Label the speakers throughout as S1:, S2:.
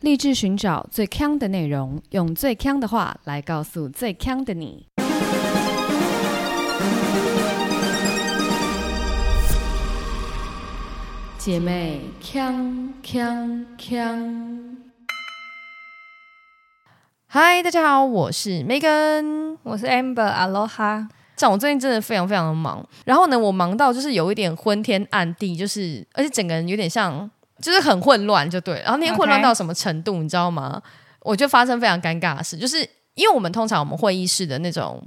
S1: 立志寻找最强的内容，用最强的话来告诉最强的你。姐妹，强强强！
S2: 嗨，大家好，我是 Megan。
S3: 我是 Amber Aloha，
S2: 这样，我最近真的非常非常的忙，然后呢，我忙到就是有一点昏天暗地，就是而且整个人有点像，就是很混乱，就对了。然后那天
S3: OK
S2: 混乱到什么程度，你知道吗？我就发生非常尴尬的事，就是因为我们通常我们会议室的那 种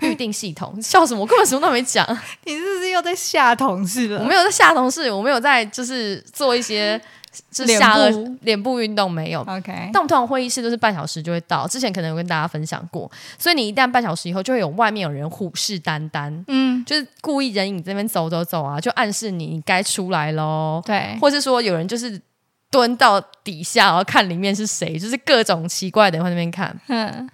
S2: 预定系统，笑什么？我根本什么都没讲，
S3: 你是不是又在吓同事
S2: 我
S3: 了？
S2: 没有在吓同事，我没有在就是做一些就是
S3: 脸
S2: 下颚
S3: 部
S2: 脸部运动，没有。
S3: OK，
S2: 但我们通常会议室都是半小时就会到，之前可能有跟大家分享过，所以你一旦半小时以后，就会有外面有人虎视眈眈，
S3: 嗯，
S2: 就是故意人影这边走走走啊，就暗示你你该出来喽，
S3: 对，
S2: 或是说有人就是蹲到底下，然后看里面是谁，就是各种奇怪的人会在那边看。
S3: 嗯，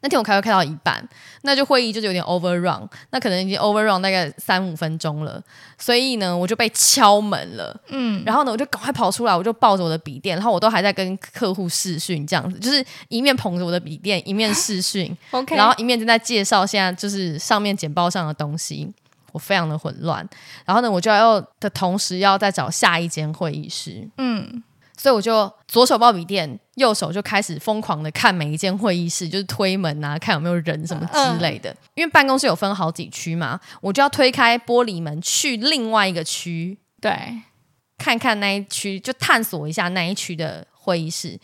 S2: 那天我开会开到一半，那就会议就是有点 overrun，那可能已经 overrun 大概三五分钟了，所以呢，我就被敲门了。嗯，然后呢，我就赶快跑出来，我就抱着我的笔电，然后我都还在跟客户视讯这样子，就是一面捧着我的笔电，一面视讯
S3: OK
S2: 然后一面正在介绍现在就是上面简报上的东西。我非常的混乱，然后呢，我就要的同时要再找下一间会议室，
S3: 嗯，
S2: 所以我就左手抱笔电，右手就开始疯狂的看每一间会议室，就是推门啊，看有没有人什么
S3: 嗯
S2: 之类的。因为办公室有分好几区嘛，我就要推开玻璃门去另外一个区
S3: 对，
S2: 看看那一区，就探索一下那一区的会议室。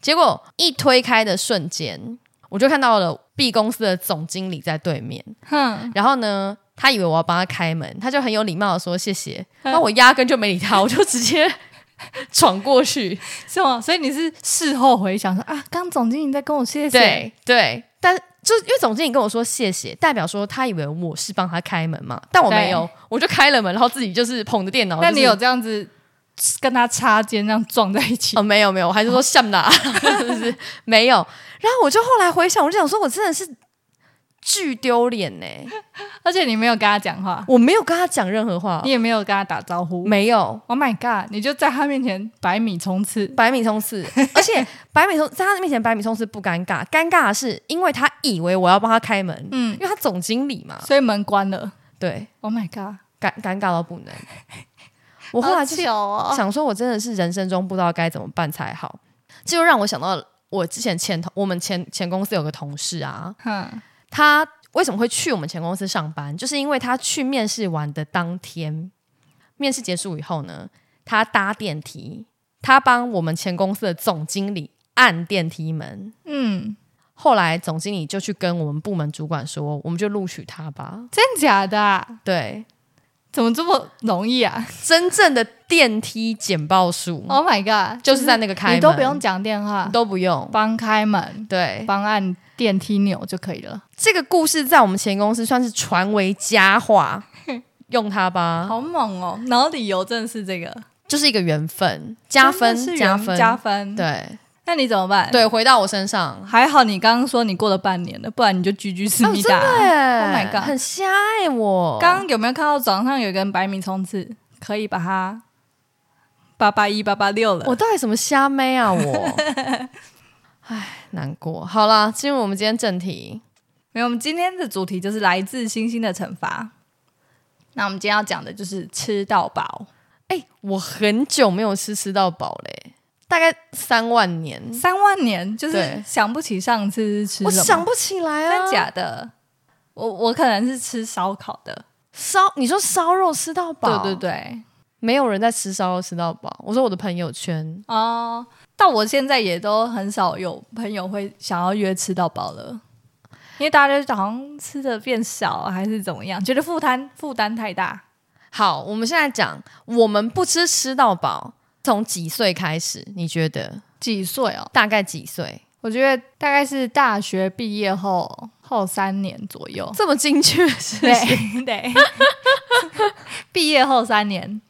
S2: 结果一推开的瞬间，我就看到了 B 公司的总经理在对面。
S3: 哼，
S2: 然后呢，他以为我要帮他开门，他就很有礼貌的说谢谢。那我压根就没理 他，我就直接 闯过去。
S3: 是吗？所以你是事后回想说啊，刚总经理在跟我谢谢，
S2: 对对，但就因为总经理跟我说谢谢，代表说他以为我是帮他开门嘛，但我没有，我就开了门，然后自己就是捧着电脑。
S3: 那
S2: 就是
S3: 你有这样子跟他擦肩这样撞在一起？
S2: 哦，没有没有，我还是说像啦， 就是没有。然后我就后来回想，我就想说，我真的是巨丢脸呢，
S3: 而且你没有跟他讲话，
S2: 我没有跟他讲任何话
S3: 你，也没有跟他打招呼
S2: 没有。
S3: ，Oh my god，你就在他面前百米冲刺，
S2: 百米冲刺，而 且百米冲在他面前百米冲刺不尴尬，尴尬的是因为他以为我要帮他开门，
S3: 嗯
S2: 因为他总经理嘛，
S3: 所以门关了
S2: 对，
S3: ，Oh my god，
S2: 尴尴尬到不能。 我后来就
S3: 好糗哦，
S2: 想说，我真的是人生中不知道该怎么办才好。这就让我想到我之前前同我们前前公司有个同事啊，
S3: 哼，
S2: 他为什么会去我们前公司上班，就是因为他去面试完的当天，面试结束以后呢，他搭电梯，他帮我们前公司的总经理按电梯门。
S3: 嗯，
S2: 后来总经理就去跟我们部门主管说，我们就录取他吧。
S3: 真假的啊？
S2: 对，
S3: 怎么这么容易啊
S2: 真正的电梯简报术、
S3: ？Oh my god，
S2: 就是在那个开门，
S3: 你都不用讲电话，
S2: 都不用。
S3: 帮开门，
S2: 对，
S3: 帮按电梯钮就可以了。
S2: 这个故事在我们前公司算是传为佳 话，用它吧，
S3: 好猛哦！然后理由正是这个
S2: 就是一个缘分，加分
S3: 真的是
S2: 加
S3: 缘
S2: 分哦
S3: 加分。，
S2: 对
S3: 那你怎么办？，
S2: 对，回到我身上，
S3: 还好你刚刚说你过了半年了，不然你就居居思密达。
S2: 哎
S3: Oh my god
S2: 很瞎哎、我
S3: 刚刚有没有看到早上有一个人百米冲刺，可以把它八八一八八六了？
S2: 我到底什么瞎妹啊 我，唉，难过。好啦，进入我们今天正题，
S3: 没有，我们今天的主题就是来自星星的惩罚。那我们今天要讲的就是吃到饱，
S2: 哎、我很久没有吃吃到饱嘞、大概三万年，
S3: 三万年就是
S2: 嗯对
S3: 想不起上次是吃什么。
S2: 我想不起来啊，
S3: 真假的？我我可能是吃烧烤的，
S2: 烧，你说烧肉吃到
S3: 对
S2: 饱，
S3: 对对，
S2: 没有人在吃烧肉吃到饱。我说我的朋友圈，
S3: 哦、到我现在也都很少有朋友会想要约吃到饱了，因为大家就好像吃的变少啊还是怎么样，觉得负担负担太大。
S2: 好，我们现在讲，我们不吃吃到饱，从几岁开始？你觉得
S3: 几岁哦？
S2: 大概几岁？。
S3: 我觉得大概是大学毕业后后三年左右
S2: 这么精确是不是？
S3: 对对，毕业后三年，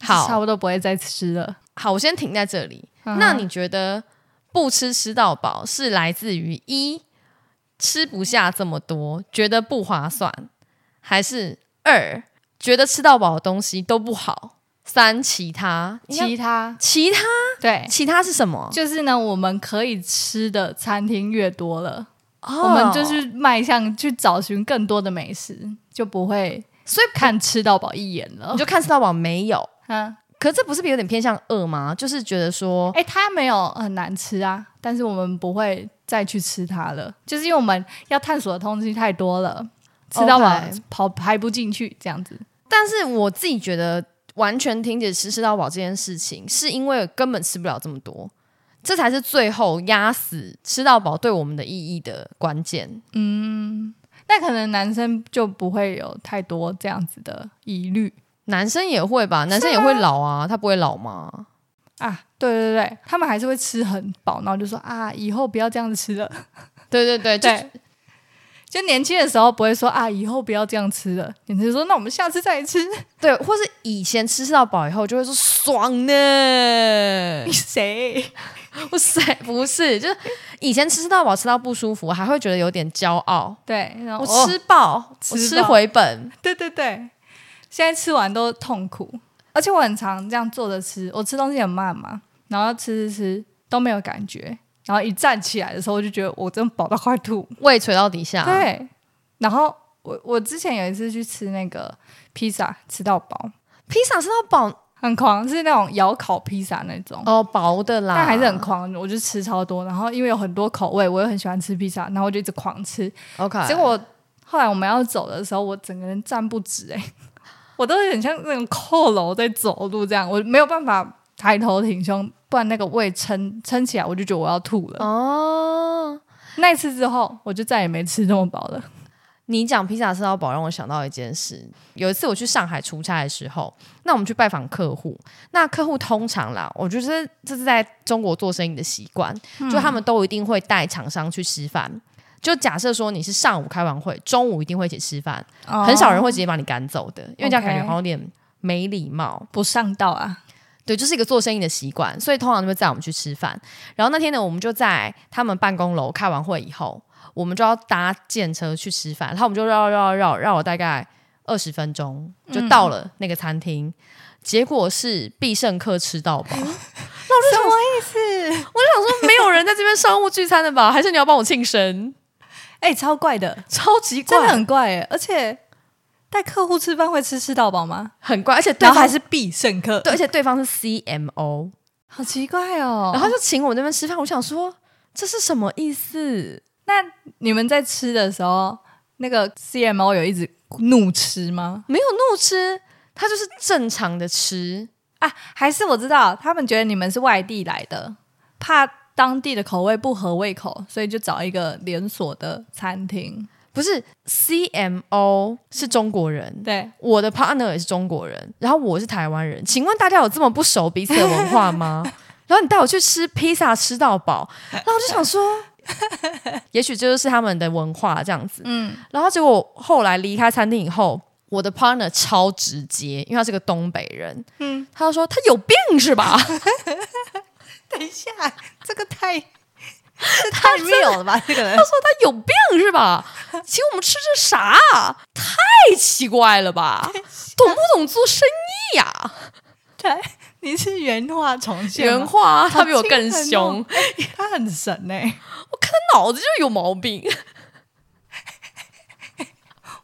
S3: 差
S2: 好
S3: 不多不会再吃了。
S2: 好，我先停在这里。
S3: 嗯
S2: 那你觉得不吃吃到饱是来自于一吃不下这么多，觉得不划算，还是二觉得吃到饱的东西都不好？三，其他
S3: 其他
S2: 其他
S3: 对，
S2: 其他是什么？
S3: 就是呢，我们可以吃的餐厅越多了，
S2: 哦
S3: 我们就是迈向去找寻更多的美食，就不会
S2: 所以
S3: 看吃到饱一眼了
S2: 你。就看吃到饱没有？
S3: 嗯，
S2: 可这不是有点偏向饿吗？就是觉得说，
S3: 哎、它没有很难吃啊，但是我们不会再去吃它了，就是因为我们要探索的东西太多了，吃到饱
S2: OK
S3: 跑排不进去这样子。
S2: 但是我自己觉得完全停止吃吃到饱这件事情，是因为根本吃不了这么多，这才是最后压死吃到饱对我们的意义的关键。
S3: 但可能男生就不会有太多这样子的疑虑
S2: 男生也会吧，男生也会老啊，他不会老吗？
S3: 啊。对对对，他们还是会吃很饱，然后就说啊，以后不要这样子吃了。
S2: 对对对，就
S3: 对，就年轻的时候不会说啊，以后不要这样吃了，年轻人说那我们下次再吃。
S2: 对，或是以前吃吃到饱以后就会说爽呢，
S3: 你谁？
S2: 不是不是，就是以前吃吃到饱吃到不舒服，还会觉得有点骄傲，
S3: 对，然后
S2: 我
S3: 哦
S2: 吃饱，我
S3: 吃
S2: 吃
S3: 饱
S2: 回本，
S3: 对对对，现在吃完都痛苦，而且我很常这样坐着吃，我吃东西很慢嘛，然后吃吃吃都没有感觉，然后一站起来的时候，我就觉得我真饱到快吐。
S2: 胃垂到底下。
S3: 对，然后我我之前有一次去吃那个披萨，吃到饱，
S2: 披萨吃到饱
S3: 很狂，是那种窑烤披萨那种。
S2: 哦，薄的啦，
S3: 但还是很狂，我就吃超多，然后因为有很多口味，我又很喜欢吃披萨，然后我就一直狂吃。
S2: OK，
S3: 结果后来我们要走的时候，我整个人站不直、欸， 我都有点像那种扣楼在走路这样，我没有办法抬头挺胸，不然那个胃撑撑起来，我就觉得我要吐
S2: 嗯
S3: 了。
S2: 哦，
S3: 那一次之后，我就再也没吃这么饱了。
S2: 你讲披萨吃到饱，让我想到一件事。有一次我去上海出差的时候，那我们去拜访客户，那客户通常啦，我觉得这是在中国做生意的习惯，
S3: 嗯
S2: 就他们都一定会带厂商去吃饭。就假设说你是上午开完会，中午一定会一起吃饭，很少人会直接把你赶走的，因为这样
S3: 哦 OK
S2: 感觉好像有点没礼貌。
S3: 不上道啊，
S2: 对，就是一个做生意的习惯，所以通常就会载我们去吃饭。然后那天呢，我们就在他们办公楼开完会以后，我们就要搭电车去吃饭，然后我们就绕绕绕绕了大概二十分钟，就到了那个餐厅。结果是必胜客吃到饱，哦
S3: 什么意思？
S2: 没有人在这边商务聚餐的吧？还是你要帮我庆生？
S3: 哎、超怪的，
S2: 超级怪，
S3: 真的很怪哎、而且带客户吃饭会吃吃到饱吗？
S2: 很怪，而且对
S3: 然后
S2: 方
S3: 还是必胜客，
S2: 对，而且对方是 CMO，、
S3: 好奇怪哦。
S2: 然后就请我那边吃饭。我想说这是什么意思？
S3: 那你们在吃的时候，那个 CMO 有一直怒吃吗？
S2: 没有怒吃，他就是正常的吃。
S3: 啊，还是我知道他们觉得你们是外地来的，怕当地的口味不合胃口，所以就找一个连锁的餐厅。
S2: 不是 CMO 是中国人，
S3: 对，
S2: 我的 partner 也是中国人，然后我是台湾人。请问大家有这么不熟彼此的文化 吗？然后你带我去吃披萨吃到饱，然后我就想 说，也许这就是他们的文化这样子。
S3: 嗯，
S2: 然后结果后来离开餐厅以后，我的 partner 超直接，因为他是个东北人，嗯
S3: 嗯，
S2: 他就说他有病是 吧？
S3: 等一下，这个 太这太妙了吧？这 个人
S2: 他有病是吧？请我们吃这啥？太奇怪了 吧？懂不懂做生意呀、
S3: 太，你是原话重现吗，
S2: 原话，
S3: 好
S2: 他比我
S3: 惊
S2: 更
S3: 人哦
S2: 凶，，
S3: 他很神哎、
S2: 我看他脑子就有毛病。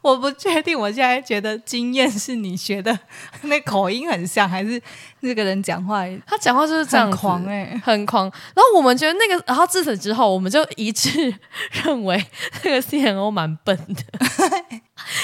S3: 我不确定，我现在觉得经验是你学的，那口音很像，还是那个人讲话也
S2: 他讲话就是这样
S3: 很
S2: 子
S3: 狂哎、
S2: 很狂。欸然后我们觉得那个，然后自此之后，我们就一致认为 那个 CNO 蛮笨 的。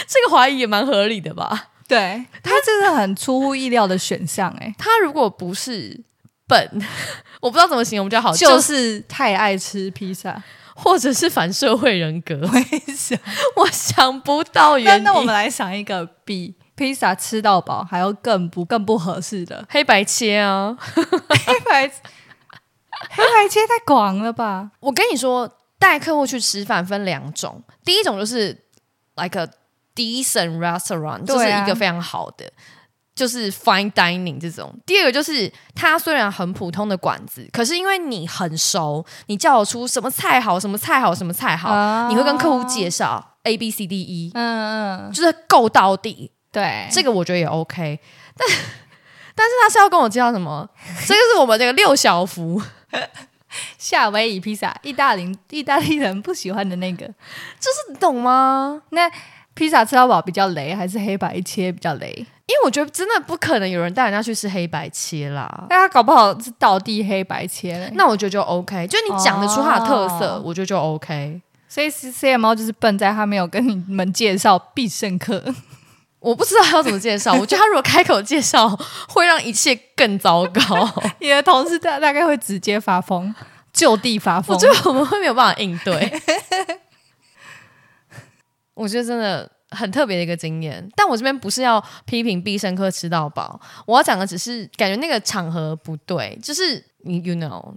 S2: 这个怀疑也蛮合理的吧？
S3: 对他真的很出乎意料的选项哎、
S2: 他如果不是笨， 我不知道怎么形容比较好，
S3: 哦就
S2: 就是
S3: 是太爱吃披萨，
S2: 或者是反社会人格，
S3: 为什么？
S2: 我想不到
S3: 那
S2: 原因。，
S3: 那我们来想一个比披萨吃到饱还要更不更不合适的
S2: 黑白切啊！
S3: 黑白黑白切太广了吧？
S2: 我跟你说，带客户去吃饭分两种，第一种就是 like a decent restaurant，、就是
S3: 对啊
S2: 一个非常好的，就是 fine dining 这种；第二个就是它虽然很普通的馆子，可是因为你很熟，你叫我出什么菜好，什么菜好，什么菜好，
S3: 啊
S2: 你会跟客户介绍 A B C D E，
S3: 嗯嗯，
S2: 就是够到底。
S3: 对，
S2: 这个我觉得也 OK，但但是他是要跟我介绍什么？这个是我们这个六小福，
S3: 夏威夷披萨，意大利意大利人不喜欢的那个。
S2: 你懂吗？
S3: 那披萨吃到饱比较雷，还是黑白切比较雷？
S2: 因为我觉得真的不可能有人带人家去吃黑白切啦。
S3: 那他搞不好是倒地黑白切嘞。
S2: 那我觉得就 OK，就你讲得出它的特色，
S3: 哦
S2: 我觉得就 OK。
S3: 所以 C C M O 就是笨在他没有跟你们介绍必胜客。
S2: 我不知道要怎么介绍，我觉得他如果开口介绍，会让一切更糟 糕。
S3: 你的同事大大概会直接发疯，就地发疯。
S2: 我觉得我们会没有办法应 对。我觉得真的很特别的一个经验，但我这边不是要批评必胜客吃到饱，我要讲的只是感觉那个场合不对，就是你 you know，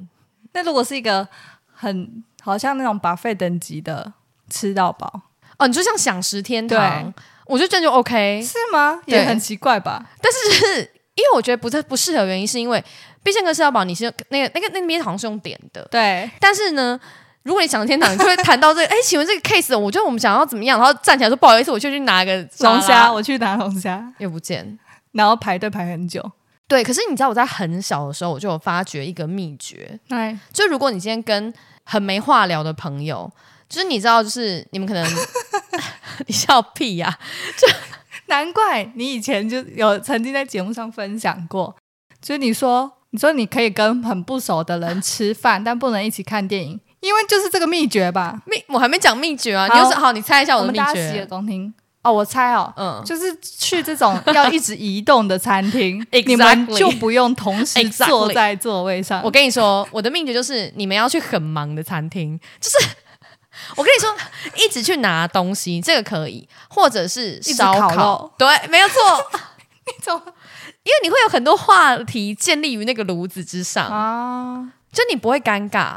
S3: 那如果是一个很好像那种 buffet 等级的吃到饱，
S2: 哦，你就像享食天堂
S3: 对，
S2: 我觉得这样就 OK。
S3: 是吗？
S2: 对
S3: 也很奇怪吧？
S2: 但是就是因为我觉得不太不适合，原因是因为必胜客吃到饱，你是那个那个那边好像是用点的，
S3: 对，
S2: 但是呢。如果你想天堂，你就会谈到这个。哎、请问这个 case，我觉得我们想要怎么样？然后站起来说不好意思，我就去拿个沙拉
S3: 龙虾，我去拿龙虾，
S2: 又啊不见。
S3: 然后排队排很久。
S2: 对，可是你知道我在很小的时候，我就有发掘一个秘诀，
S3: 哎，
S2: 就如果你今天跟很没话聊的朋友，就是你知道，就是你们可 能你笑屁呀、
S3: 难怪你以前就有曾经在节目上分享过，就是你说你说你可以跟很不熟的人吃饭，但不能一起看电影，因为就是这个秘诀吧。
S2: 秘我还没讲秘诀啊，
S3: 好
S2: 你又是好，你猜一下
S3: 我
S2: 的
S3: 们
S2: 秘
S3: 大家洗耳
S2: 诀。
S3: 恭听哦，我猜哦，
S2: 嗯，
S3: 就是去这种要一直移动的餐厅
S2: Exactly
S3: 你们就不用同时
S2: Exactly
S3: 坐在座位 上。
S2: 我跟你说，我的秘诀就是你们要去很忙的餐厅， 就是我跟你说，一直去拿东西，这个可以，或者是
S3: 直
S2: 烧
S3: 烤肉
S2: 对，没有错，
S3: 那种
S2: 因为你会有很多话题建立于那个炉子之上，
S3: 啊，
S2: 就你不会尴尬。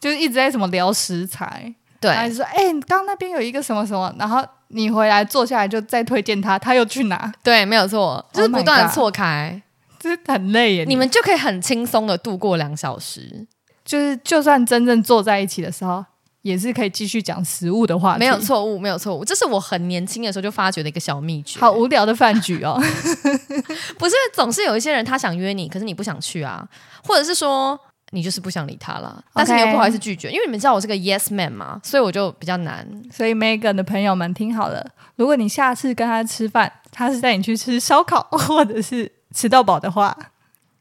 S3: 就是一直在什么聊食材，
S2: 对，
S3: 然后就说哎，你刚刚那边有一个什么什么，然后你回来坐下来就再推荐他，他又去拿，
S2: 对，没有错，就是
S3: Oh my
S2: 不断的
S3: God
S2: 错开
S3: 就是很累耶。
S2: 你们就可以很轻松的度过两小时。
S3: 就是就算真正坐在一起的时候，也是可以继续讲食物的话题，
S2: 没有错误，没有错误，这是我很年轻的时候就发觉的一个小秘诀。
S3: 好无聊的饭局哦。
S2: 不是总是有一些人他想约你，可是你不想去啊，或者是说你就是不想理他啦，但是你又不好意思拒绝，因为你们知道我是个 yes man 嘛，所以我就比较难。
S3: 所以 Megan 的朋友们听好了，如果你下次跟他吃饭，他是带你去吃烧烤 或者是吃到饱的话，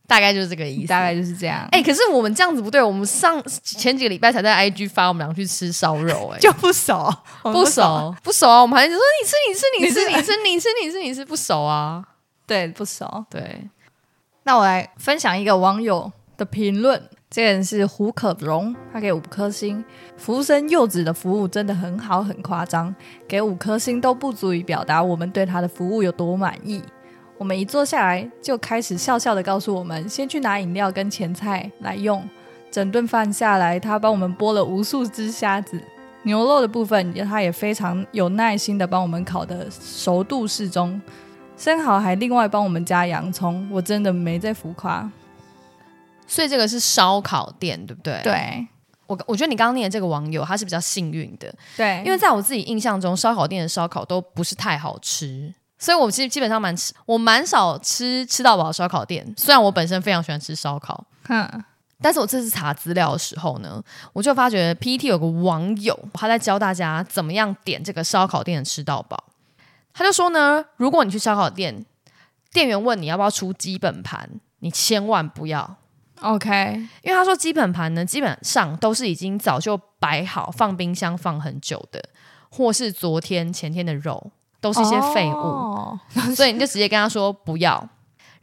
S2: 大概就是这个意思。
S3: 大概就是这样。
S2: 哎、可是我们这样子不对，我们上前几个礼拜才在 IG 发我们俩去吃烧肉、哎，
S3: 就不熟，我们
S2: 不。熟不熟啊，我们还一直说你吃你吃
S3: 你
S2: 你吃你吃你吃你吃你吃不熟啊，
S3: 对，不熟。
S2: 对，
S3: 那我来分享一个网友的评论，这个人是胡可荣，他给五颗星。服务生柚子的服务真的很好，很夸张，给五颗星都不足以表达我们对他的服务有多满意。我们一坐下来就开始笑笑的告诉我们，先去拿饮料跟前菜来用。整顿饭下来，他帮我们剥了无数只虾子。牛肉的部分，他也非常有耐心的帮我们烤的熟度适中，生蚝还另外帮我们加洋葱，我真的没在浮夸。
S2: 所以这个是烧烤店，对不对？，
S3: 对
S2: 我我觉得你刚刚念的这个网友他是比较幸运的，
S3: 对
S2: 因为在我自己印象中，烧烤店的烧烤都不是太好吃，所以我其实基本上蛮吃，我蛮少吃吃到饱的烧烤店。虽然我本身非常喜欢吃烧烤，
S3: 哼，
S2: 但是我这次查资料的时候呢，我就发觉 PET 有个网友他在教大家怎么样点这个烧烤店的吃到饱。他就说呢，如果你去烧烤店，店员问你要不要出基本盘，你千万不要，
S3: OK，
S2: 因为他说基本盘呢，基本上都是已经早就摆好、放冰箱放很久的，或是昨天、前天的肉，都是
S3: 都
S2: 一些废物，
S3: 哦、
S2: 所以你就直接跟他说不要，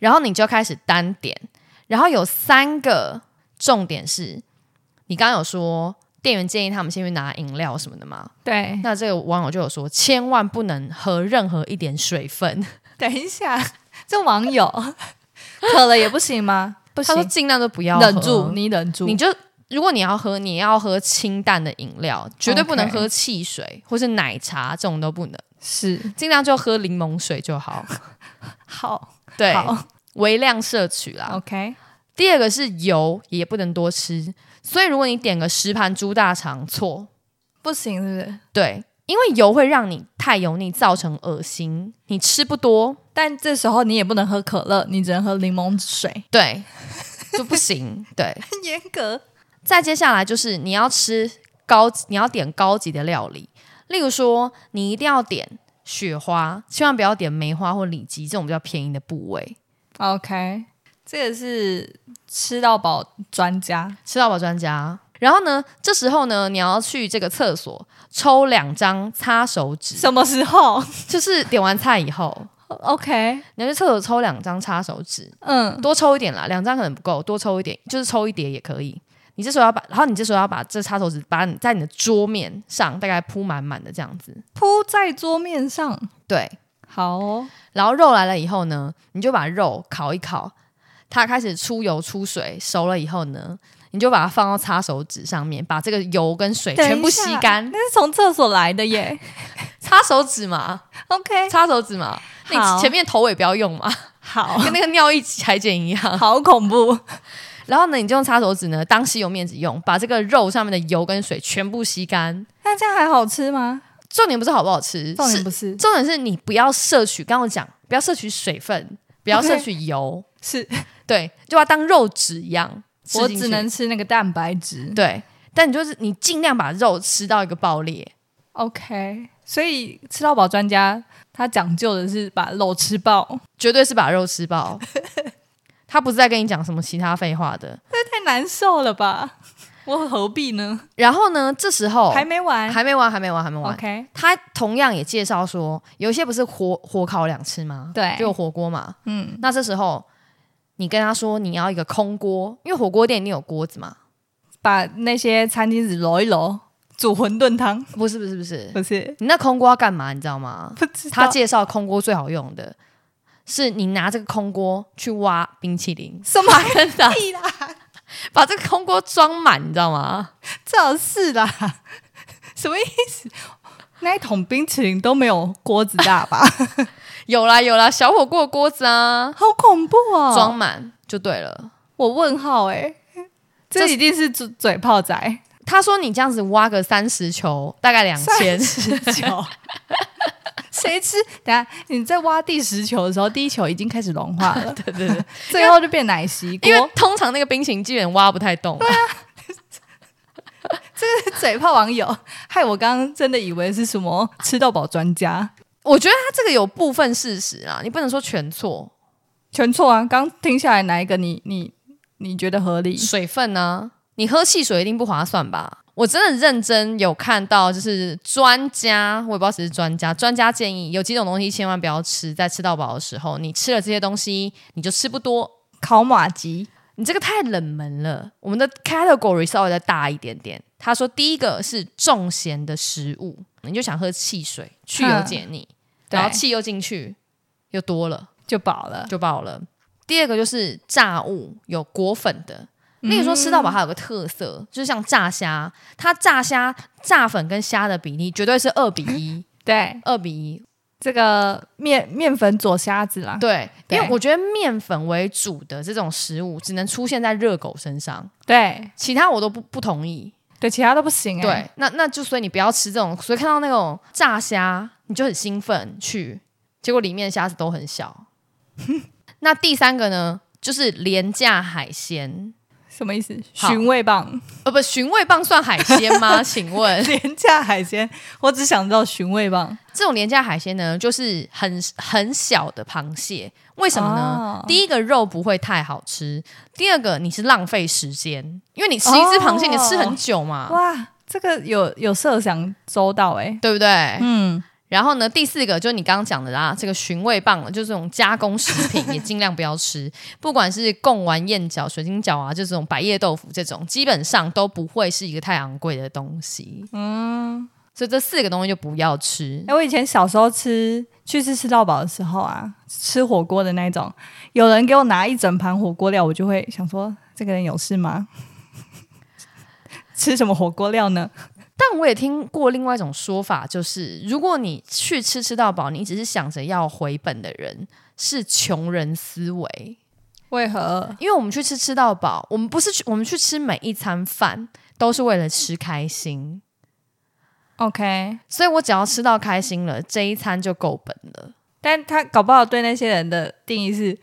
S2: 然后你就开始单点，然后有三个重点是，你刚刚有说店员建议他们先去拿饮料什么的嘛，
S3: 对，
S2: 那这个网友就有说，千万不能喝任何一点水分，
S3: 等一下，这网友 渴了也不行吗？不
S2: 他说
S3: 行，
S2: 尽量都不要
S3: 忍
S2: 喝
S3: 住，你忍住，
S2: 你就如果你要喝，你要喝清淡的饮料，绝对不能
S3: OK
S2: 喝汽水或是奶茶，这种都不能，
S3: 是
S2: 尽量就喝柠檬水就 好。
S3: 好，
S2: 对，
S3: 好
S2: 微量摄取啦。
S3: ，OK，
S2: 第二个是油，也不能多吃，所以如果你点个十盘猪大肠，错，
S3: 不行是不是？
S2: 对，因为油会让你太油腻，造成恶心，你吃不多，
S3: 但这时候你也不能喝可乐，你只能喝柠檬水。
S2: 对，就不行。对，
S3: 很 严格，
S2: 再接下来就是你要吃高级，你要点高级的料理，例如说你一定要点雪花，千万不要点梅花或里脊这种比较便宜的部位。
S3: OK，这个是吃到饱专家。
S2: 吃到饱专家。然后呢，这时候呢，你要去这个厕所抽两张擦手纸，
S3: 什么时候
S2: 就是点完菜以后，
S3: ？OK，
S2: 你要去厕所抽两张擦手纸，
S3: 嗯，
S2: 多抽一点啦，两张可能不够，多抽一点，就是抽一叠也可以。你这时候要把，然后你这时候要把这擦手纸把你在你的桌面上大概铺满满的这样子，
S3: 铺在桌面上。
S2: 对。
S3: 好、哦，
S2: 然后肉来了以后呢，你就把肉烤一烤，它开始出油出水，熟了以后呢，你就把它放到擦手纸上面，把这个油跟水
S3: 等一下
S2: 全部吸干。
S3: 那是从厕所来的 耶。
S2: 擦手纸嘛，
S3: OK，
S2: 擦手纸嘛，那
S3: 哎好
S2: 你前面头尾不要用 嘛，
S3: 好，
S2: 跟那个尿液裁剪一样。
S3: 好恐怖。
S2: 然后呢，你就用擦手纸呢当吸油面纸用，把这个肉上面的油跟水全部吸干。
S3: 那这样还好吃吗？
S2: 重点不是好不好吃，
S3: 重点
S2: 是
S3: 不是
S2: 重点是你不要摄取，刚刚我讲不要摄取水分，不要
S3: OK
S2: 摄取油
S3: 是
S2: 对，就把它当肉纸一样吃
S3: 我
S2: 进去
S3: 只能吃那个蛋白质。
S2: 对，但你就是你尽量把肉吃到一个爆裂，
S3: OK，所以吃到饱专家他讲究的是把肉吃爆，
S2: 绝对是把肉吃 爆。他不是在跟你讲什么其他废话的。
S3: 这太难受了吧？我何必呢？
S2: 然后呢，这时候
S3: 哦还没完。
S2: 还没完，还没完，还没完。
S3: OK，
S2: 他同样也介绍说，有一些不是火火烤两吃吗？
S3: 对
S2: 就有火锅嘛。
S3: 嗯，
S2: 那这时候你跟他说你要一个空锅，因为火锅店一定有锅子嘛。
S3: 把那些餐巾纸揉一揉，煮馄饨汤，
S2: 不是不是不是，
S3: 不是？
S2: 你那空锅要干嘛？你知道吗？
S3: 不知道
S2: 他介绍空锅最好用的是你拿这个空锅去挖冰淇淋，
S3: 什么啊
S2: 真的
S3: 屁啦？
S2: 把这个空锅装满，你知道吗？
S3: 最好是啦， 什么意思？那一桶冰淇淋都没有锅子大吧？
S2: 有啦有啦，小火锅的锅子啊，
S3: 好恐怖哦！
S2: 装满就对了。
S3: 我问号哎、这
S2: 这
S3: 一定是嘴嘴炮仔，
S2: 他说你这样子挖个三十球，大概两千，
S3: 十 球，谁吃？等下你在挖第十球的时候，第一球已经开始融化 了，
S2: 对对对，
S3: 最后就变奶昔
S2: 因为
S3: 锅。
S2: 通常那个冰淇淋基本挖不太动啊、
S3: 嘴炮网友，害我刚刚真的以为是什么吃到饱专家，
S2: 我觉得他这个有部分事实啊，你不能说全错，
S3: 全错啊！刚听下来哪一个你你你觉得合理？
S2: 水分呢、你喝汽水一定不划算吧？我真的认真有看到，就是专家，我也不知道谁是专家，专家建议有几种东西千万不要吃，在吃到饱的时候，你吃了这些东西，你就吃不多，
S3: 烤马吉
S2: 你这个太冷门了，我们的 category 稍微再大一点点。他说，第一个是重咸的食物，你就想喝汽水去油解腻，
S3: 对
S2: 然后气又进去又多了，
S3: 就饱了，
S2: 就爆了。第二个就是炸物，有果粉的。例如说，吃到饱它有个特色，就是像炸虾，它炸虾炸粉跟虾的比例绝对是二比一，
S3: 对
S2: 二比一。
S3: 这个面面粉佐虾子啦，
S2: 对，因为
S3: 对
S2: 我觉得面粉为主的这种食物，只能出现在热狗身上，
S3: 对
S2: 其他我都不不同意。
S3: 对，其他都不行哎、
S2: 对，那那就所以你不要吃这种，所以看到那种炸虾你就很兴奋去，结果里面的虾子都很小。 那第三个呢，就是廉价海鲜，
S3: 什么意思？
S2: 好
S3: 寻味棒。
S2: 呃，不，寻味棒算海鲜 吗？请问
S3: 廉价海鲜，我只想到寻味棒。
S2: 这种廉价海鲜呢，就是很很小的螃蟹，为什么呢？
S3: 哦
S2: 第一个肉不会太好吃，第二个你是浪费时间，因为你吃一只螃蟹，你吃很久嘛，
S3: 哦哇，这个有有设想周到哎、
S2: 对不对？
S3: 嗯，
S2: 然后呢，第四个就是你刚刚讲的啦，这个寻味棒了，就是这种加工食品也尽量不要吃，不管是贡丸、燕饺、水晶饺啊，就这种百叶豆腐这种，基本上都不会是一个太昂贵的东西。嗯，所以这四个东西就不要吃
S3: 哎、。我以前小时候吃去吃吃到饱的时候啊，吃火锅的那种，有人给我拿一整盘火锅料，我就会想说，这个人有事吗？ 吃什么火锅料呢？
S2: 但我也听过另外一种说法，就是如果你去吃吃到饱，你只是想着要回本的人，是穷人思维。
S3: 为何？
S2: 因为我们去吃吃到饱，我们不是去我们去吃每一餐饭都是为了吃开心。
S3: OK，
S2: 所以我只要吃到开心了，这一餐就够本了。
S3: 但他搞不好对那些人的定义是，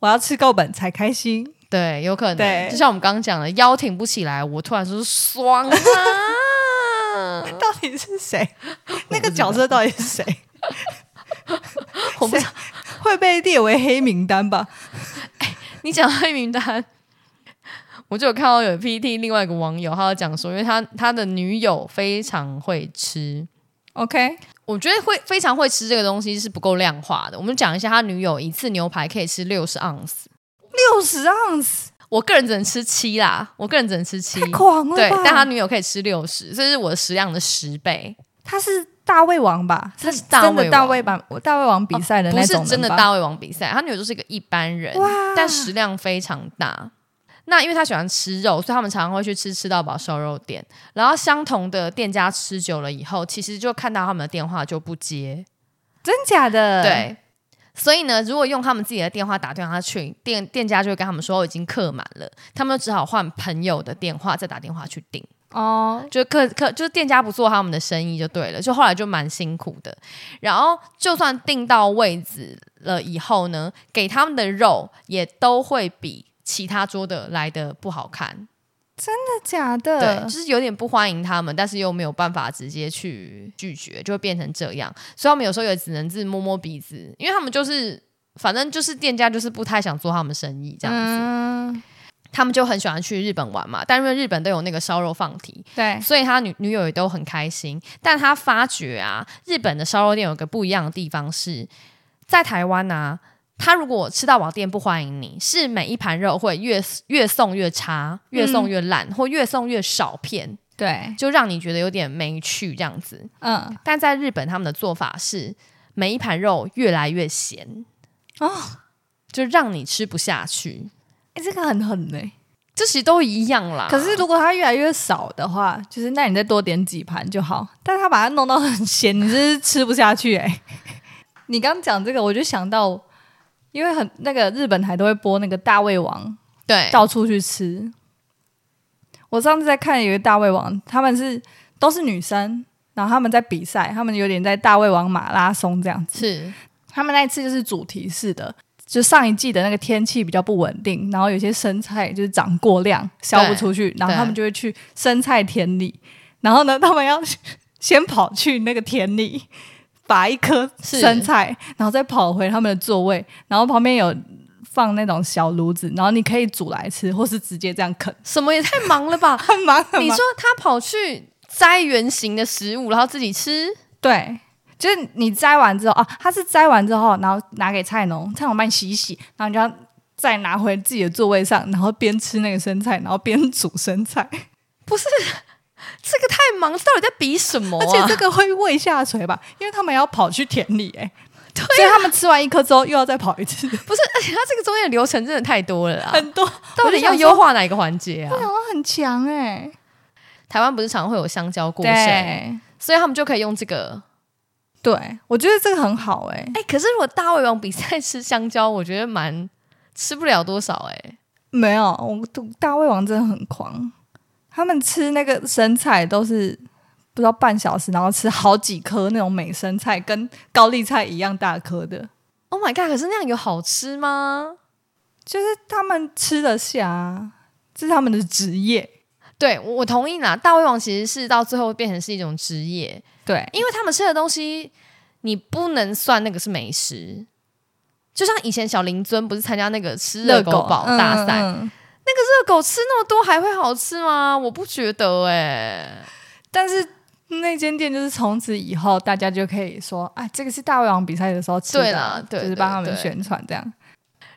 S3: 我要吃够本才开心。
S2: 对，有可能，
S3: 对
S2: 就像我们刚刚讲的，腰挺不起来，我突然说爽啊！
S3: 到底是谁？ 那个角色到底是谁？
S2: 我不知
S3: 谁 会被列为黑名单吧？
S2: 你讲黑名单，我就有看到有 PT 另外一个网友，他有讲说，因为他他的女友非常会吃，
S3: OK，
S2: 我觉得会非常会吃这个东西是不够量化的。我们讲一下，他女友一次牛排可以吃六十盎司，
S3: 六十盎司，
S2: 我个人只能吃七啦，我个人只能吃七
S3: 太。狂了吧？
S2: 对，但他女友可以吃六十，这是我的食量的十倍，
S3: 他是大胃王吧？
S2: 他是大
S3: 真
S2: 胃王
S3: 的
S2: 哦
S3: 大胃王，大胃王比赛的
S2: 不
S3: 那
S2: 是
S3: 种人吧、
S2: 真的大胃王比赛，他女友就是一个一般人，
S3: 哇！
S2: 但食量非常大。那因为他喜欢吃肉，所以他们常常会去吃吃到饱烧肉店。然后相同的店家吃久了以后，其实就看到他们的电话就不接。
S3: 真假的，，
S2: 对，所以呢，如果用他们自己的电话打电话去店店家，就会跟他们说、哦已经客满了，他们就只好换朋友的电话再打电话去订。
S3: 哦，
S2: 就客客就是店家不做他们的生意就对了，就后来就蛮辛苦的。然后就算订到位置了以后呢，给他们的肉也都会比其他桌的来的不好看，
S3: 真的假
S2: 对，
S3: 的
S2: 就？是有点不欢迎他们，但是又没有办法直接去拒绝，就会变成这样。所以他们有时候也只能自摸摸鼻子，因为他们就是反正就是店家就是不太想做他们生意这样子。
S3: 嗯，
S2: 他们就很喜欢去日本玩嘛，但因为日本都有那个烧肉放题，
S3: 对，
S2: 所以他女女友也都很开心。但他发觉啊，日本的烧肉店有个不一样的地方是，在台湾啊，他如果吃到饱店不欢迎你，是每一盘肉会越越送越差，越送越烂，或越送越少片，
S3: 对，
S2: 就让你觉得有点没趣这样子。
S3: 嗯，
S2: 但在日本，他们的做法是每一盘肉越来越咸
S3: 哦，
S2: 就让你吃不下去。
S3: 哎，这个很狠呢、
S2: 这其实都一样啦，
S3: 可是如果它越来越少的话，就是那你再多点几盘就好。但他把它弄到很咸，你真是吃不下去哎、你刚讲这个，我就想到，因为很那个日本台都会播那个大胃王，
S2: 对
S3: 到处去吃。我上次在看有一个大胃王，他们是都是女生，然后他们在比赛，他们有点在大胃王马拉松这样子。
S2: 是
S3: 他们那一次就是主题式的，就上一季的那个天气比较不稳定，然后有些生菜就是长过量销不出去，然后他们就会去生菜田里，然后呢，他们要先跑去那个田里拔一颗
S2: 是
S3: 生菜，然后再跑回他们的座位，然后旁边有。放那种小炉子，然后你可以煮来吃，或是直接这样啃，
S2: 什么也太忙了吧？
S3: 很忙很忙。
S2: 你说他跑去摘圆形的食物，然后自己吃，
S3: 对，就是你摘完之后啊，它是摘完之后，然后拿给菜农，菜农帮你洗一洗，然后你就要再拿回自己的座位上，然后边吃那个生菜，然后边煮生 菜，
S2: 不是这个太忙，到底在比什么、
S3: 而
S2: 啊？
S3: 且这个会胃下垂吧，因为他们要跑去田里哎、 所以他们吃完一颗之后又要再跑一次，
S2: 不是， 而且他这个中间的流程真的太多了啊！
S3: 很多
S2: 到底要优化哪一个环节啊？
S3: 都 很强哎、
S2: 台湾不是常会有香蕉过剩，
S3: 对
S2: 所以他们就可以用这个。
S3: 对，我觉得这个很好哎、
S2: 哎、可是如果大胃王比赛吃香蕉，我觉得蛮吃不了多少哎、
S3: 没有，我大胃王真的很狂，他们吃那个生菜都是不知道半小时，然后吃好几颗那种美生菜，跟高丽菜一样大颗的，
S2: Oh my god！可是那样有好吃吗？
S3: 就是他们吃得下啊，这是他们的职业。
S2: 对我我同意啦，大胃王其实是到最后变成是一种职业，
S3: 对，
S2: 因为他们吃的东西，你不能算那个是美食。就像以前小林尊不是参加那个吃热狗堡大赛，热、
S3: 嗯嗯嗯
S2: 狗吃那么多还会好吃吗？我不觉得哎、
S3: 但是那间店就是从此以后，大家就可以说，哎，这个是大胃王比赛的时候吃
S2: 对
S3: 的
S2: 啦
S3: 啊，
S2: 对
S3: 就是
S2: 对
S3: 帮他们
S2: 对
S3: 宣传这样。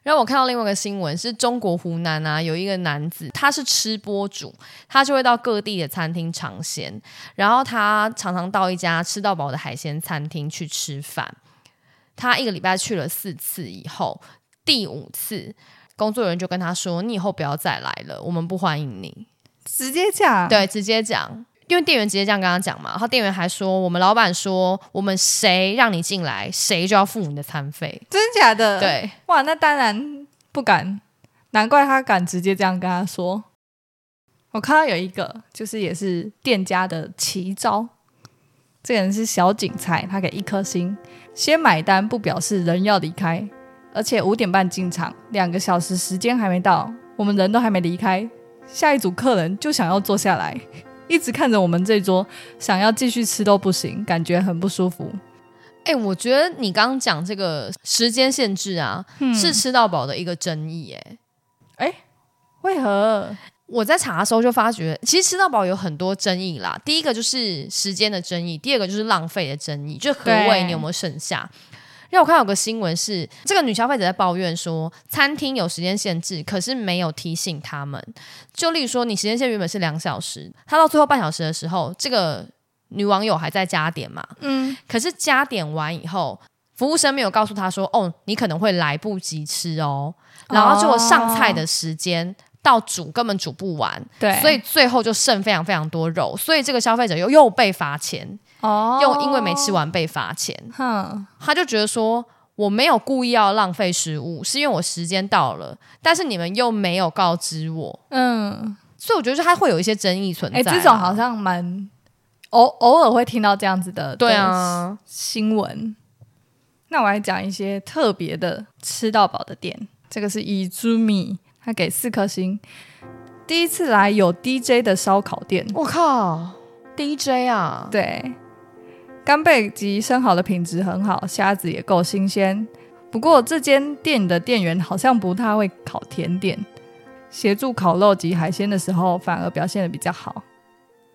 S2: 然后我看到另外一个新闻是中国湖南啊，有一个男子他是吃播主，他就会到各地的餐厅尝鲜，然后他常常到一家吃到饱的海鲜餐厅去吃饭。他一个礼拜去了四次以后，第五次工作人员就跟他说：“你以后不要再来了，我们不欢迎你。”
S3: 直接讲，
S2: 对，直接讲，因为店员直接这样跟他讲嘛。然后店员还说，我们老板说，我们谁让你进来，谁就要付你的餐费。
S3: 真假的，
S2: 对，
S3: 哇，那当然不敢，难怪他敢直接这样跟他说。我看到有一个，就是也是店家的奇招，这个人是小警察，他给一颗星。先买单不表示人要离开，而且五点半进场，两个小时时间还没到，我们人都还没离开，下一组客人就想要坐下来，一直看着我们这桌，想要继续吃都不行，感觉很不舒服。
S2: 哎、我觉得你刚刚讲这个时间限制啊，是吃到饱的一个争议、哎，
S3: 为何？
S2: 我在查的时候就发觉，其实吃到饱有很多争议啦。第一个就是时间的争议，第二个就是浪费的争议，就何
S3: 对
S2: 谓你有没有剩下？让我看到有个新闻是，这个女消费者在抱怨说，餐厅有时间限制，可是没有提醒他们。就例如说，你时间线原本是两小时，她到最后半小时的时候，这个女网友还在加点嘛？
S3: 嗯，
S2: 可是加点完以后，服务生没有告诉他说：“哦，你可能会来不及吃哦。”然后结果上菜的时间到煮根本煮不完，
S3: 对，
S2: 所以最后就剩非常非常多肉，所以这个消费者又又被罚钱，
S3: 哦，
S2: 又因为没吃完被罚钱，
S3: 哼，
S2: 他就觉得说。我没有故意要浪费食物，是因为我时间到了，但是你们又没有告知我，
S3: 嗯，
S2: 所以我觉得就它会有一些争议存在
S3: 哎、
S2: 啊、
S3: 这种好像蛮偶偶尔会听到这样子的，
S2: 对，啊，
S3: 新闻。那我来讲一些特别的吃到饱的店，这个是伊珠米，他给四颗星。第一次来有 DJ 的烧烤店，
S2: 我靠，DJ 啊，
S3: 对，干贝及生蚝的品质很好，虾子也够新鲜。不过这间店的店员好像不太会烤甜点，协助烤肉及海鲜的时候反而表现的比较好。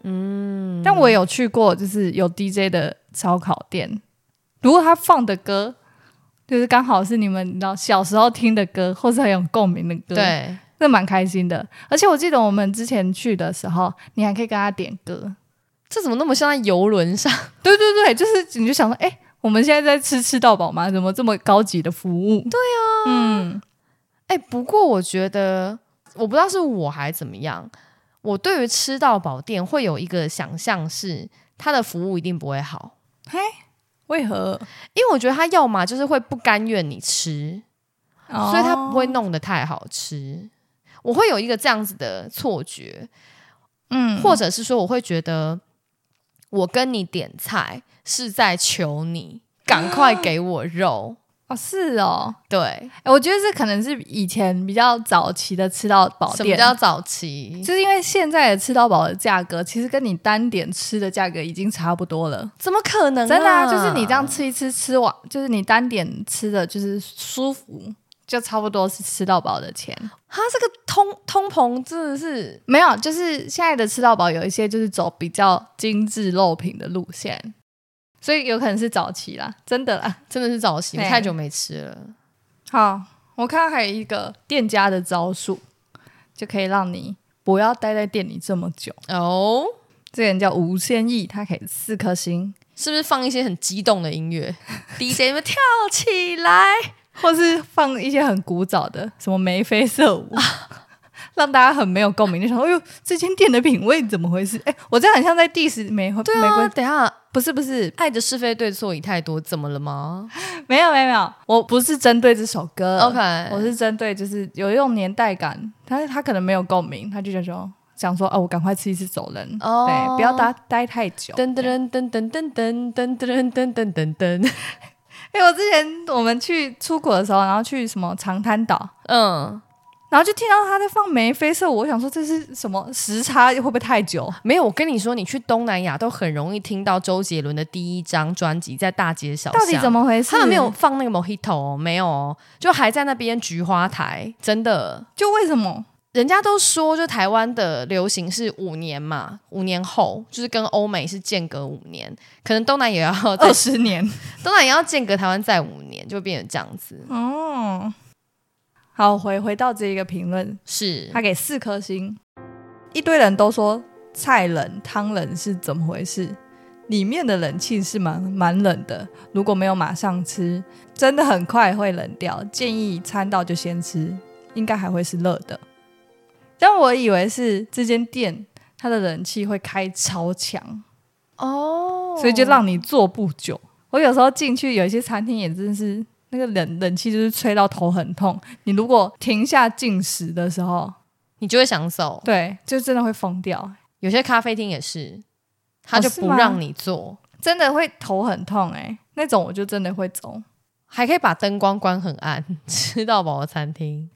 S3: 嗯，但我也有去过，就是有 DJ 的烧烤店，如果他放的歌就是刚好是你们你知道小时候听的歌，或是很有共鸣的歌，，
S2: 对，
S3: 那蛮开心的。而且我记得我们之前去的时候，你还可以跟他点歌，
S2: 这怎么那么像在游轮上？
S3: 对对对，就是你就想说，哎、我们现在在吃吃到饱吗？怎么这么高级的服务？对啊，嗯，
S2: 哎、不过我觉得，我不知道是我还怎么样，我对于吃到饱店会有一个想象是，它的服务一定不会好，
S3: 为何？
S2: 因为我觉得它要么就是会不甘愿你吃，
S3: 哦
S2: 所以它不会，弄得太好吃。我会有一个这样子的错觉，
S3: 嗯
S2: 或者是说，我会觉得我跟你点菜是在求你赶快给我肉。
S3: 哦是哦、
S2: 对，
S3: 哎我觉得这可能是以前比较早期的吃到饱
S2: 什么
S3: 店。
S2: 叫早期？
S3: 就是因为现在的吃到饱的价格，其实跟你单点吃的价格已经差不多了。
S2: 怎么可能、
S3: 真的、啊，就是你这样吃一吃，吃完就是你单点吃的，就是舒服，就差不多是吃到饱的钱。
S2: 它这个通通膨真的是
S3: 没有，就是现在的吃到饱有一些就是走比较精致肉品的路线，所以有可能是早期啦，真的啦。
S2: 真的是早期，
S3: 对
S2: 太久没吃了。
S3: 好，我看到还有一个店家的招数，就可以让你不要待在店里这么久。
S2: 哦，
S3: 这个人叫吴先义，他可以四颗星，
S2: 是不是放一些很激动的音乐？DJ 们跳起来，
S3: 或是放一些很古早的什么眉飞色舞。 让大家很没有共鸣，就想说：“哎呦，这间店的品味怎么回事？”哎、我这样很像在 diss 玫瑰，
S2: 对
S3: 玫
S2: 啊，
S3: 瑰
S2: 等一下，
S3: 不是不是，
S2: 爱的是非对错已太多，怎么了吗
S3: 没有没有没有，我不是针对这首歌
S2: ？OK，
S3: 我是针对就是有一种年代感，但是他可能没有共鸣，他就想说想说哦，我赶快吃一次走人，
S2: 哦
S3: 对，不要待待太久。
S2: 噔噔噔噔噔噔噔噔噔噔噔噔，
S3: 因哎为我之前我们去出国的时候，然后去什么长滩岛，
S2: 嗯，
S3: 然后就听到他在放眉飞色舞，我想说这是什么时差会不会太久？
S2: 没有，我跟你说，你去东南亚都很容易听到周杰伦的第一张专辑在大街小巷，
S3: 到底怎么回事？
S2: 他们没有，放那个 Mojito，、哦、没有、哦，就还在那边菊花台，真的。
S3: 就为什么？
S2: 人家都说，就台湾的流行是五年嘛，五年后就是跟欧美是间隔五年，可能东南也要 再
S3: 二十年
S2: 东南也要间隔台湾再五年，就变成这样子。
S3: 哦。好，回回到这一个评论，
S2: 是
S3: 他给四颗星。一堆人都说菜冷、汤冷是怎么回事？里面的冷气是蛮蛮冷的，如果没有马上吃，真的很快会冷掉。建议餐到就先吃，应该还会是热的。但我以为是这间店它的冷气会开超强，
S2: 哦
S3: 所以就让你坐不久。我有时候进去有一些餐厅也真是那个冷冷气就是吹到头很痛，你如果停下进食的时候，
S2: 你就会想走。
S3: 对，就真的会疯掉，
S2: 有些咖啡厅也是，他就不
S3: 哦是吗
S2: 让你坐，
S3: 真的会头很痛哎、那种我就真的会走。
S2: 还可以把灯光关很暗， 吃到饱的餐厅。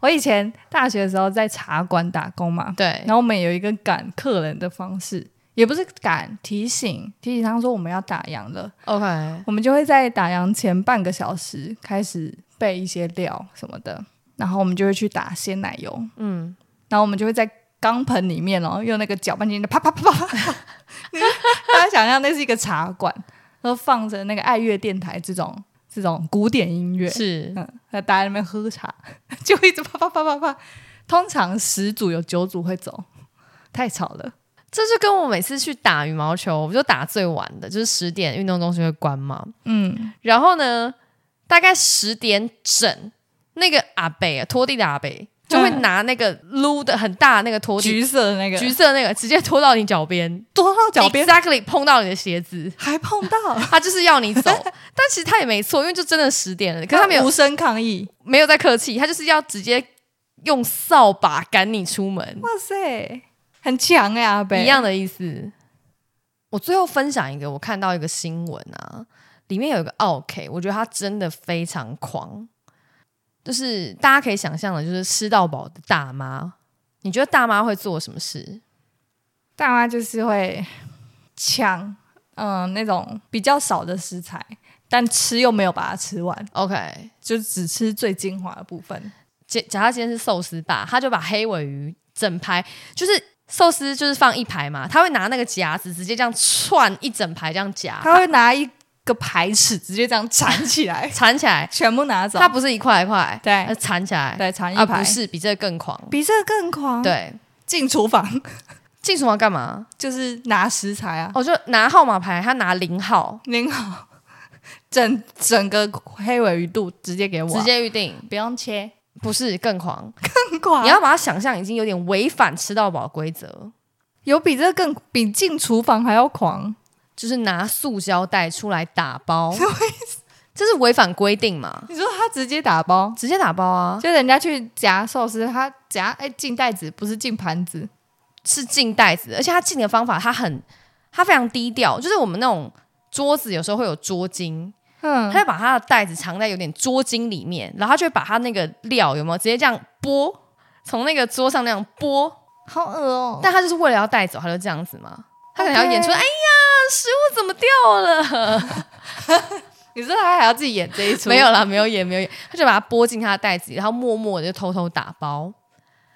S3: 我以前大学的时候在茶馆打工嘛，
S2: 对
S3: 然，后我们有一个赶客人的方式，也不是赶提醒，提醒他说我们要打烊了，
S2: OK，
S3: 我们就会在打烊前半个小时开始备一些料什么的，然后我们就会去打鲜奶油，
S2: 嗯，
S3: 然后我们就会在钢盆里面哦，用那个搅拌机的啪啪啪啪，你大家想象那是一个茶馆，然后放着那个爱乐电台这种这种古典音乐，
S2: 是
S3: 嗯，那大家在那边喝茶， 就一直啪啪啪啪啪，通常十组有九组会走，太吵了。
S2: 这就跟我每次去打羽毛球，我就打最晚的，就是十点运动中心会关嘛。
S3: 嗯，
S2: 然后呢，大概十点整，那个阿北啊，拖地的阿北就会拿那个撸的很大的那个拖地，
S3: 橘色的那个
S2: 橘色那个直接拖到你脚边，
S3: 多到脚边
S2: exactly 碰到你的鞋子，
S3: 还碰到，
S2: 他就是要 你走。但其实他也没错，因为就真的十
S3: 欸
S2: 点了，可是他没
S3: 无
S2: 有
S3: 声抗议。
S2: 没有在客气，他就是要直接用扫把赶你出门，
S3: 哇塞，很强哎、阿北
S2: 一样的意思。我最后分享一个，我看到一个新闻啊，里面有一个 OK，我觉得他真的非常狂，就是大家可以想象的，就是吃到饱的大妈。你觉得大妈会做什么事？
S3: 大妈就是会抢，嗯、那种比较少的食材，但吃又没有把它吃完，
S2: OK，
S3: 就只吃最精华的部分。
S2: 假假他今天是寿司吧，他就把黑尾鱼整排，就是寿司就是放一排嘛，他会拿那个夹子直接这样串一整排这样夹，
S3: 她会拿一个排尺直接这样缠起来，
S2: 缠起来，
S3: 全部拿走。
S2: 它不是一块一块，
S3: 对
S2: 它缠起来，
S3: 对缠一
S2: 啊
S3: 排，
S2: 不是比这个更狂，
S3: 比这个更狂。，
S2: 对，
S3: 进厨房
S2: 进厨房干嘛？
S3: 就是拿食材啊，
S2: 我就拿号码牌，他拿零号，
S3: 您好， 整整个黑尾鱼肚直接给我啊、
S2: 直接预定，
S3: 不用切，
S2: 不是更狂？
S3: 更狂。
S2: 你要把它想象已经有点违反吃到饱规则，
S3: 有比这更比进厨房还要狂，
S2: 就是拿塑胶袋出来打 包，这是违反规定嘛？
S3: 你说他直接打 包，
S2: 直接打包啊，
S3: 就人家去夹寿司，他夹哎进袋子，不是进盘子，
S2: 是进袋子，而且他进的方法，他很他非常低调，就是我们那种桌子有时候会有桌巾，
S3: 嗯
S2: 他，就把他的袋子藏在有点桌巾里面，然后他就会把他那个料有没有直接这样剥，从那个桌上那样剥，
S3: 好恶哦
S2: 但他就是为了要带走，他就这样子嘛。他可能要演出
S3: OK
S2: 哎呀，食物怎么掉了？
S3: 你说他还要自己演这一出？
S2: 没有啦，没有演，没有演，他就把它剥进他的袋子里，然后默默的就偷偷打包。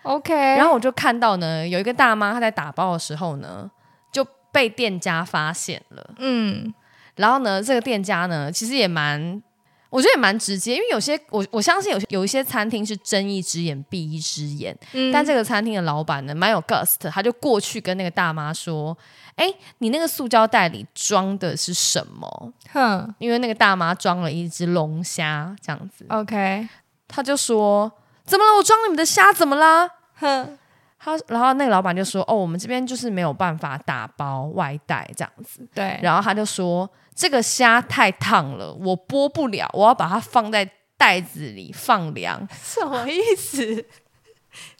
S3: ，OK，
S2: 然后我就看到呢，有一个大妈她在打包的时候呢，就被店家发现了。
S3: 嗯，
S2: 然后呢，这个店家呢，其实也蛮，我觉得也蛮直接，因为有些我我相信有些有一些餐厅是睁一只眼闭一只眼，
S3: 嗯
S2: 但这个餐厅的老板呢，蛮有 gust，他就过去跟那个大妈说：“哎，你那个塑胶袋里装的是什么
S3: 哼？”
S2: 因为那个大妈装了一只龙虾，这样子，
S3: ，OK，
S2: 他就说：“怎么了？我装你们的虾怎么啦
S3: 哼，？”
S2: 他然后那个老板就说：“哦，我们这边就是没有办法打包外带这样子。”
S3: 对，
S2: 然后他就说：“这个虾太烫了，我剥不了，我要把它放在袋子里放凉。
S3: 什么意思？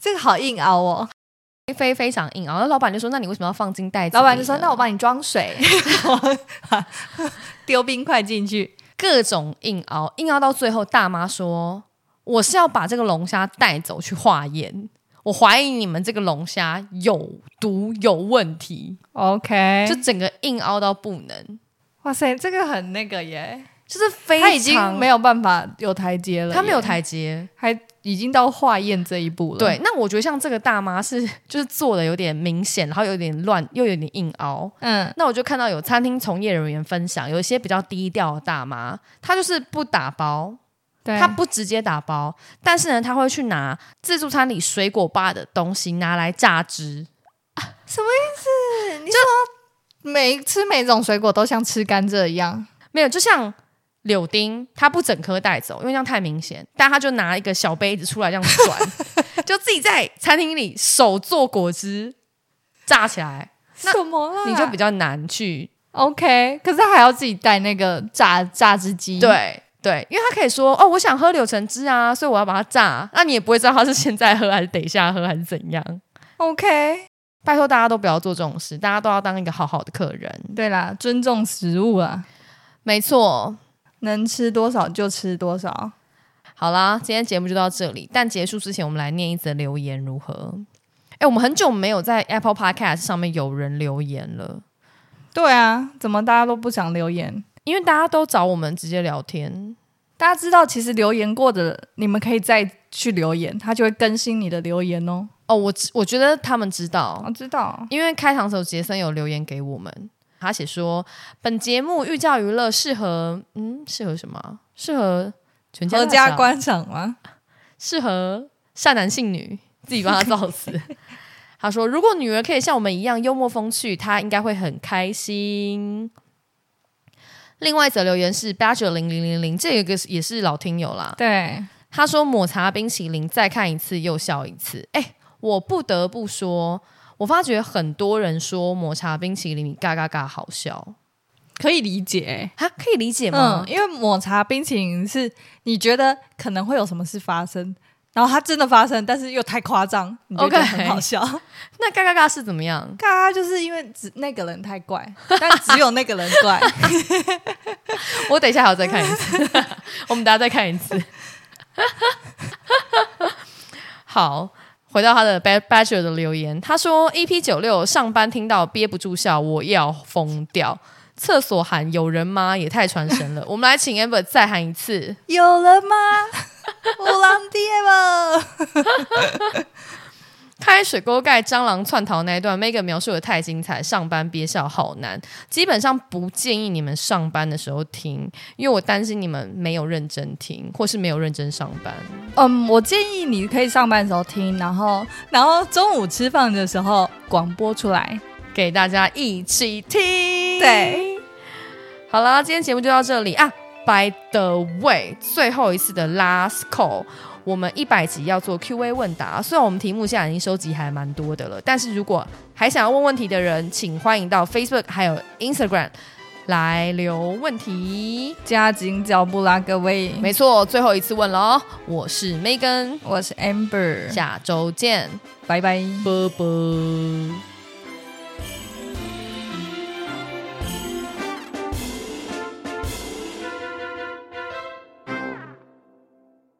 S3: 这个好硬凹哦。”
S2: 非非常硬啊！然后老板就说：“那你为什么要放进袋子里呢？”
S3: 老板就说：“那我帮你装水， 丢冰块进去。
S2: 各种硬熬，硬熬到最后，大妈说：‘我是要把这个龙虾带走去化验，我怀疑你们这个龙虾有毒有问题。’”
S3: OK，
S2: 就整个硬熬到不能，
S3: 哇塞，这个很那个耶，
S2: 就是非常
S3: 他已经没
S2: 有
S3: 有办法有台阶了，
S2: 他没有，台阶。
S3: 还已经到化验这一步了。
S2: 对，，那我觉得像这个大妈是 就是做的有点明显，然后有点乱，又有点硬熬。
S3: 嗯，
S2: 那我就看到有餐厅从业人员分享，有一些比较低调的大妈，她就是不打包，
S3: 对，
S2: 她不直接打包，但是呢，她会去拿自助餐里水果吧的东西拿来榨汁。
S3: 你说每吃每种水果都像吃甘蔗一样，
S2: 没有，就像柳丁，她不整颗带走，因为这样太明显，但她就拿一个小杯子出来这样 转，就自己在餐厅里手做果汁榨起来，那
S3: 什么啦
S2: 你就比较难去
S3: OK，可是他还要自己带那个榨榨汁机，，
S2: 对对，因为他可以说哦，我想喝柳橙汁啊，所以我要把它榨。那你也不会知道他是现在喝还是等一下喝还是怎样。
S3: ，OK，
S2: 拜托大家都不要做这种事，大家都要当一个好好的客人。
S3: 对啦，尊重食物啊，
S2: 没错，
S3: 能吃多少就吃多少。
S2: 好啦，今天节目就到这里。但结束之前，我们来念一则留言如何？哎，我们很久没有在 Apple Podcast 上面有人留言了，
S3: 对啊，怎么大家都不想留言？
S2: 因为大家都找我们直接聊天。
S3: 大家知道，其实留言过的，你们可以再去留言，他就会更新你的留言哦。
S2: 哦，我知我觉得他们知道
S3: 我、，哦知道，
S2: 因为开场的时候杰森有留言给我们，他写说本节目寓教于乐，适合嗯适合什么啊？适合全家
S3: 合
S2: 大
S3: 家
S2: 小
S3: 观赏吗？
S2: 适合善男信女，自己帮他造 词。他说：“如果女儿可以像我们一样幽默风趣，她应该会很开心。”另外一则留言是八九零零零零，这个也是老听友啦。
S3: 对，
S2: 他说：“抹茶冰淇淋再看一次又笑一次。”哎，我不得不说，我发觉很多人说抹茶冰淇淋嘎嘎嘎好笑，
S3: 可以理解、欸
S2: 啊，可以理解吗
S3: 嗯，？因为抹茶冰淇淋是你觉得可能会有什么事发生，然后它真的发生，但是又太夸张，你就觉得
S2: OK
S3: 很好笑。
S2: 那嘎嘎嘎是怎么样？
S3: 嘎、就是因为只那个人太怪，但只有那个人 怪。
S2: 我等一下还要再看一次， 我们大家再看一次。 好，回到他的 Bad Badger 的留言，他说 EP 九六上班听到憋不住笑，我要疯掉。厕所喊有人吗？也太传神了。我们来请 Amber 再喊一次。
S3: 有人吗？乌狼爹吗？
S2: 开水沟盖蟑螂窜逃那一段，Mega 描述的太精彩，上班憋笑好难。基本上不建议你们上班的时候听，因为我担心你们没有认真听，或是没有认真上班。
S3: 嗯，我建议你可以上班的时候听，然后 然后中午吃饭的时候广播出来。
S2: 给大家一起听。
S3: 对，
S2: 好啦，今天节目就到这里啊。By the way，最后一次的 last call，我们一百集要做 Q&A 问答。虽然我们题目现在已经收集还蛮多的了，但是如果还想要问问题的人，请欢迎到 Facebook 还有 Instagram 来留问题。
S3: 加紧脚步啦，各位！
S2: 没错，最后一次问了哦。我是 Megan，
S3: 我是 Amber，
S2: 下周见，
S3: 拜拜。
S2: 啵啵。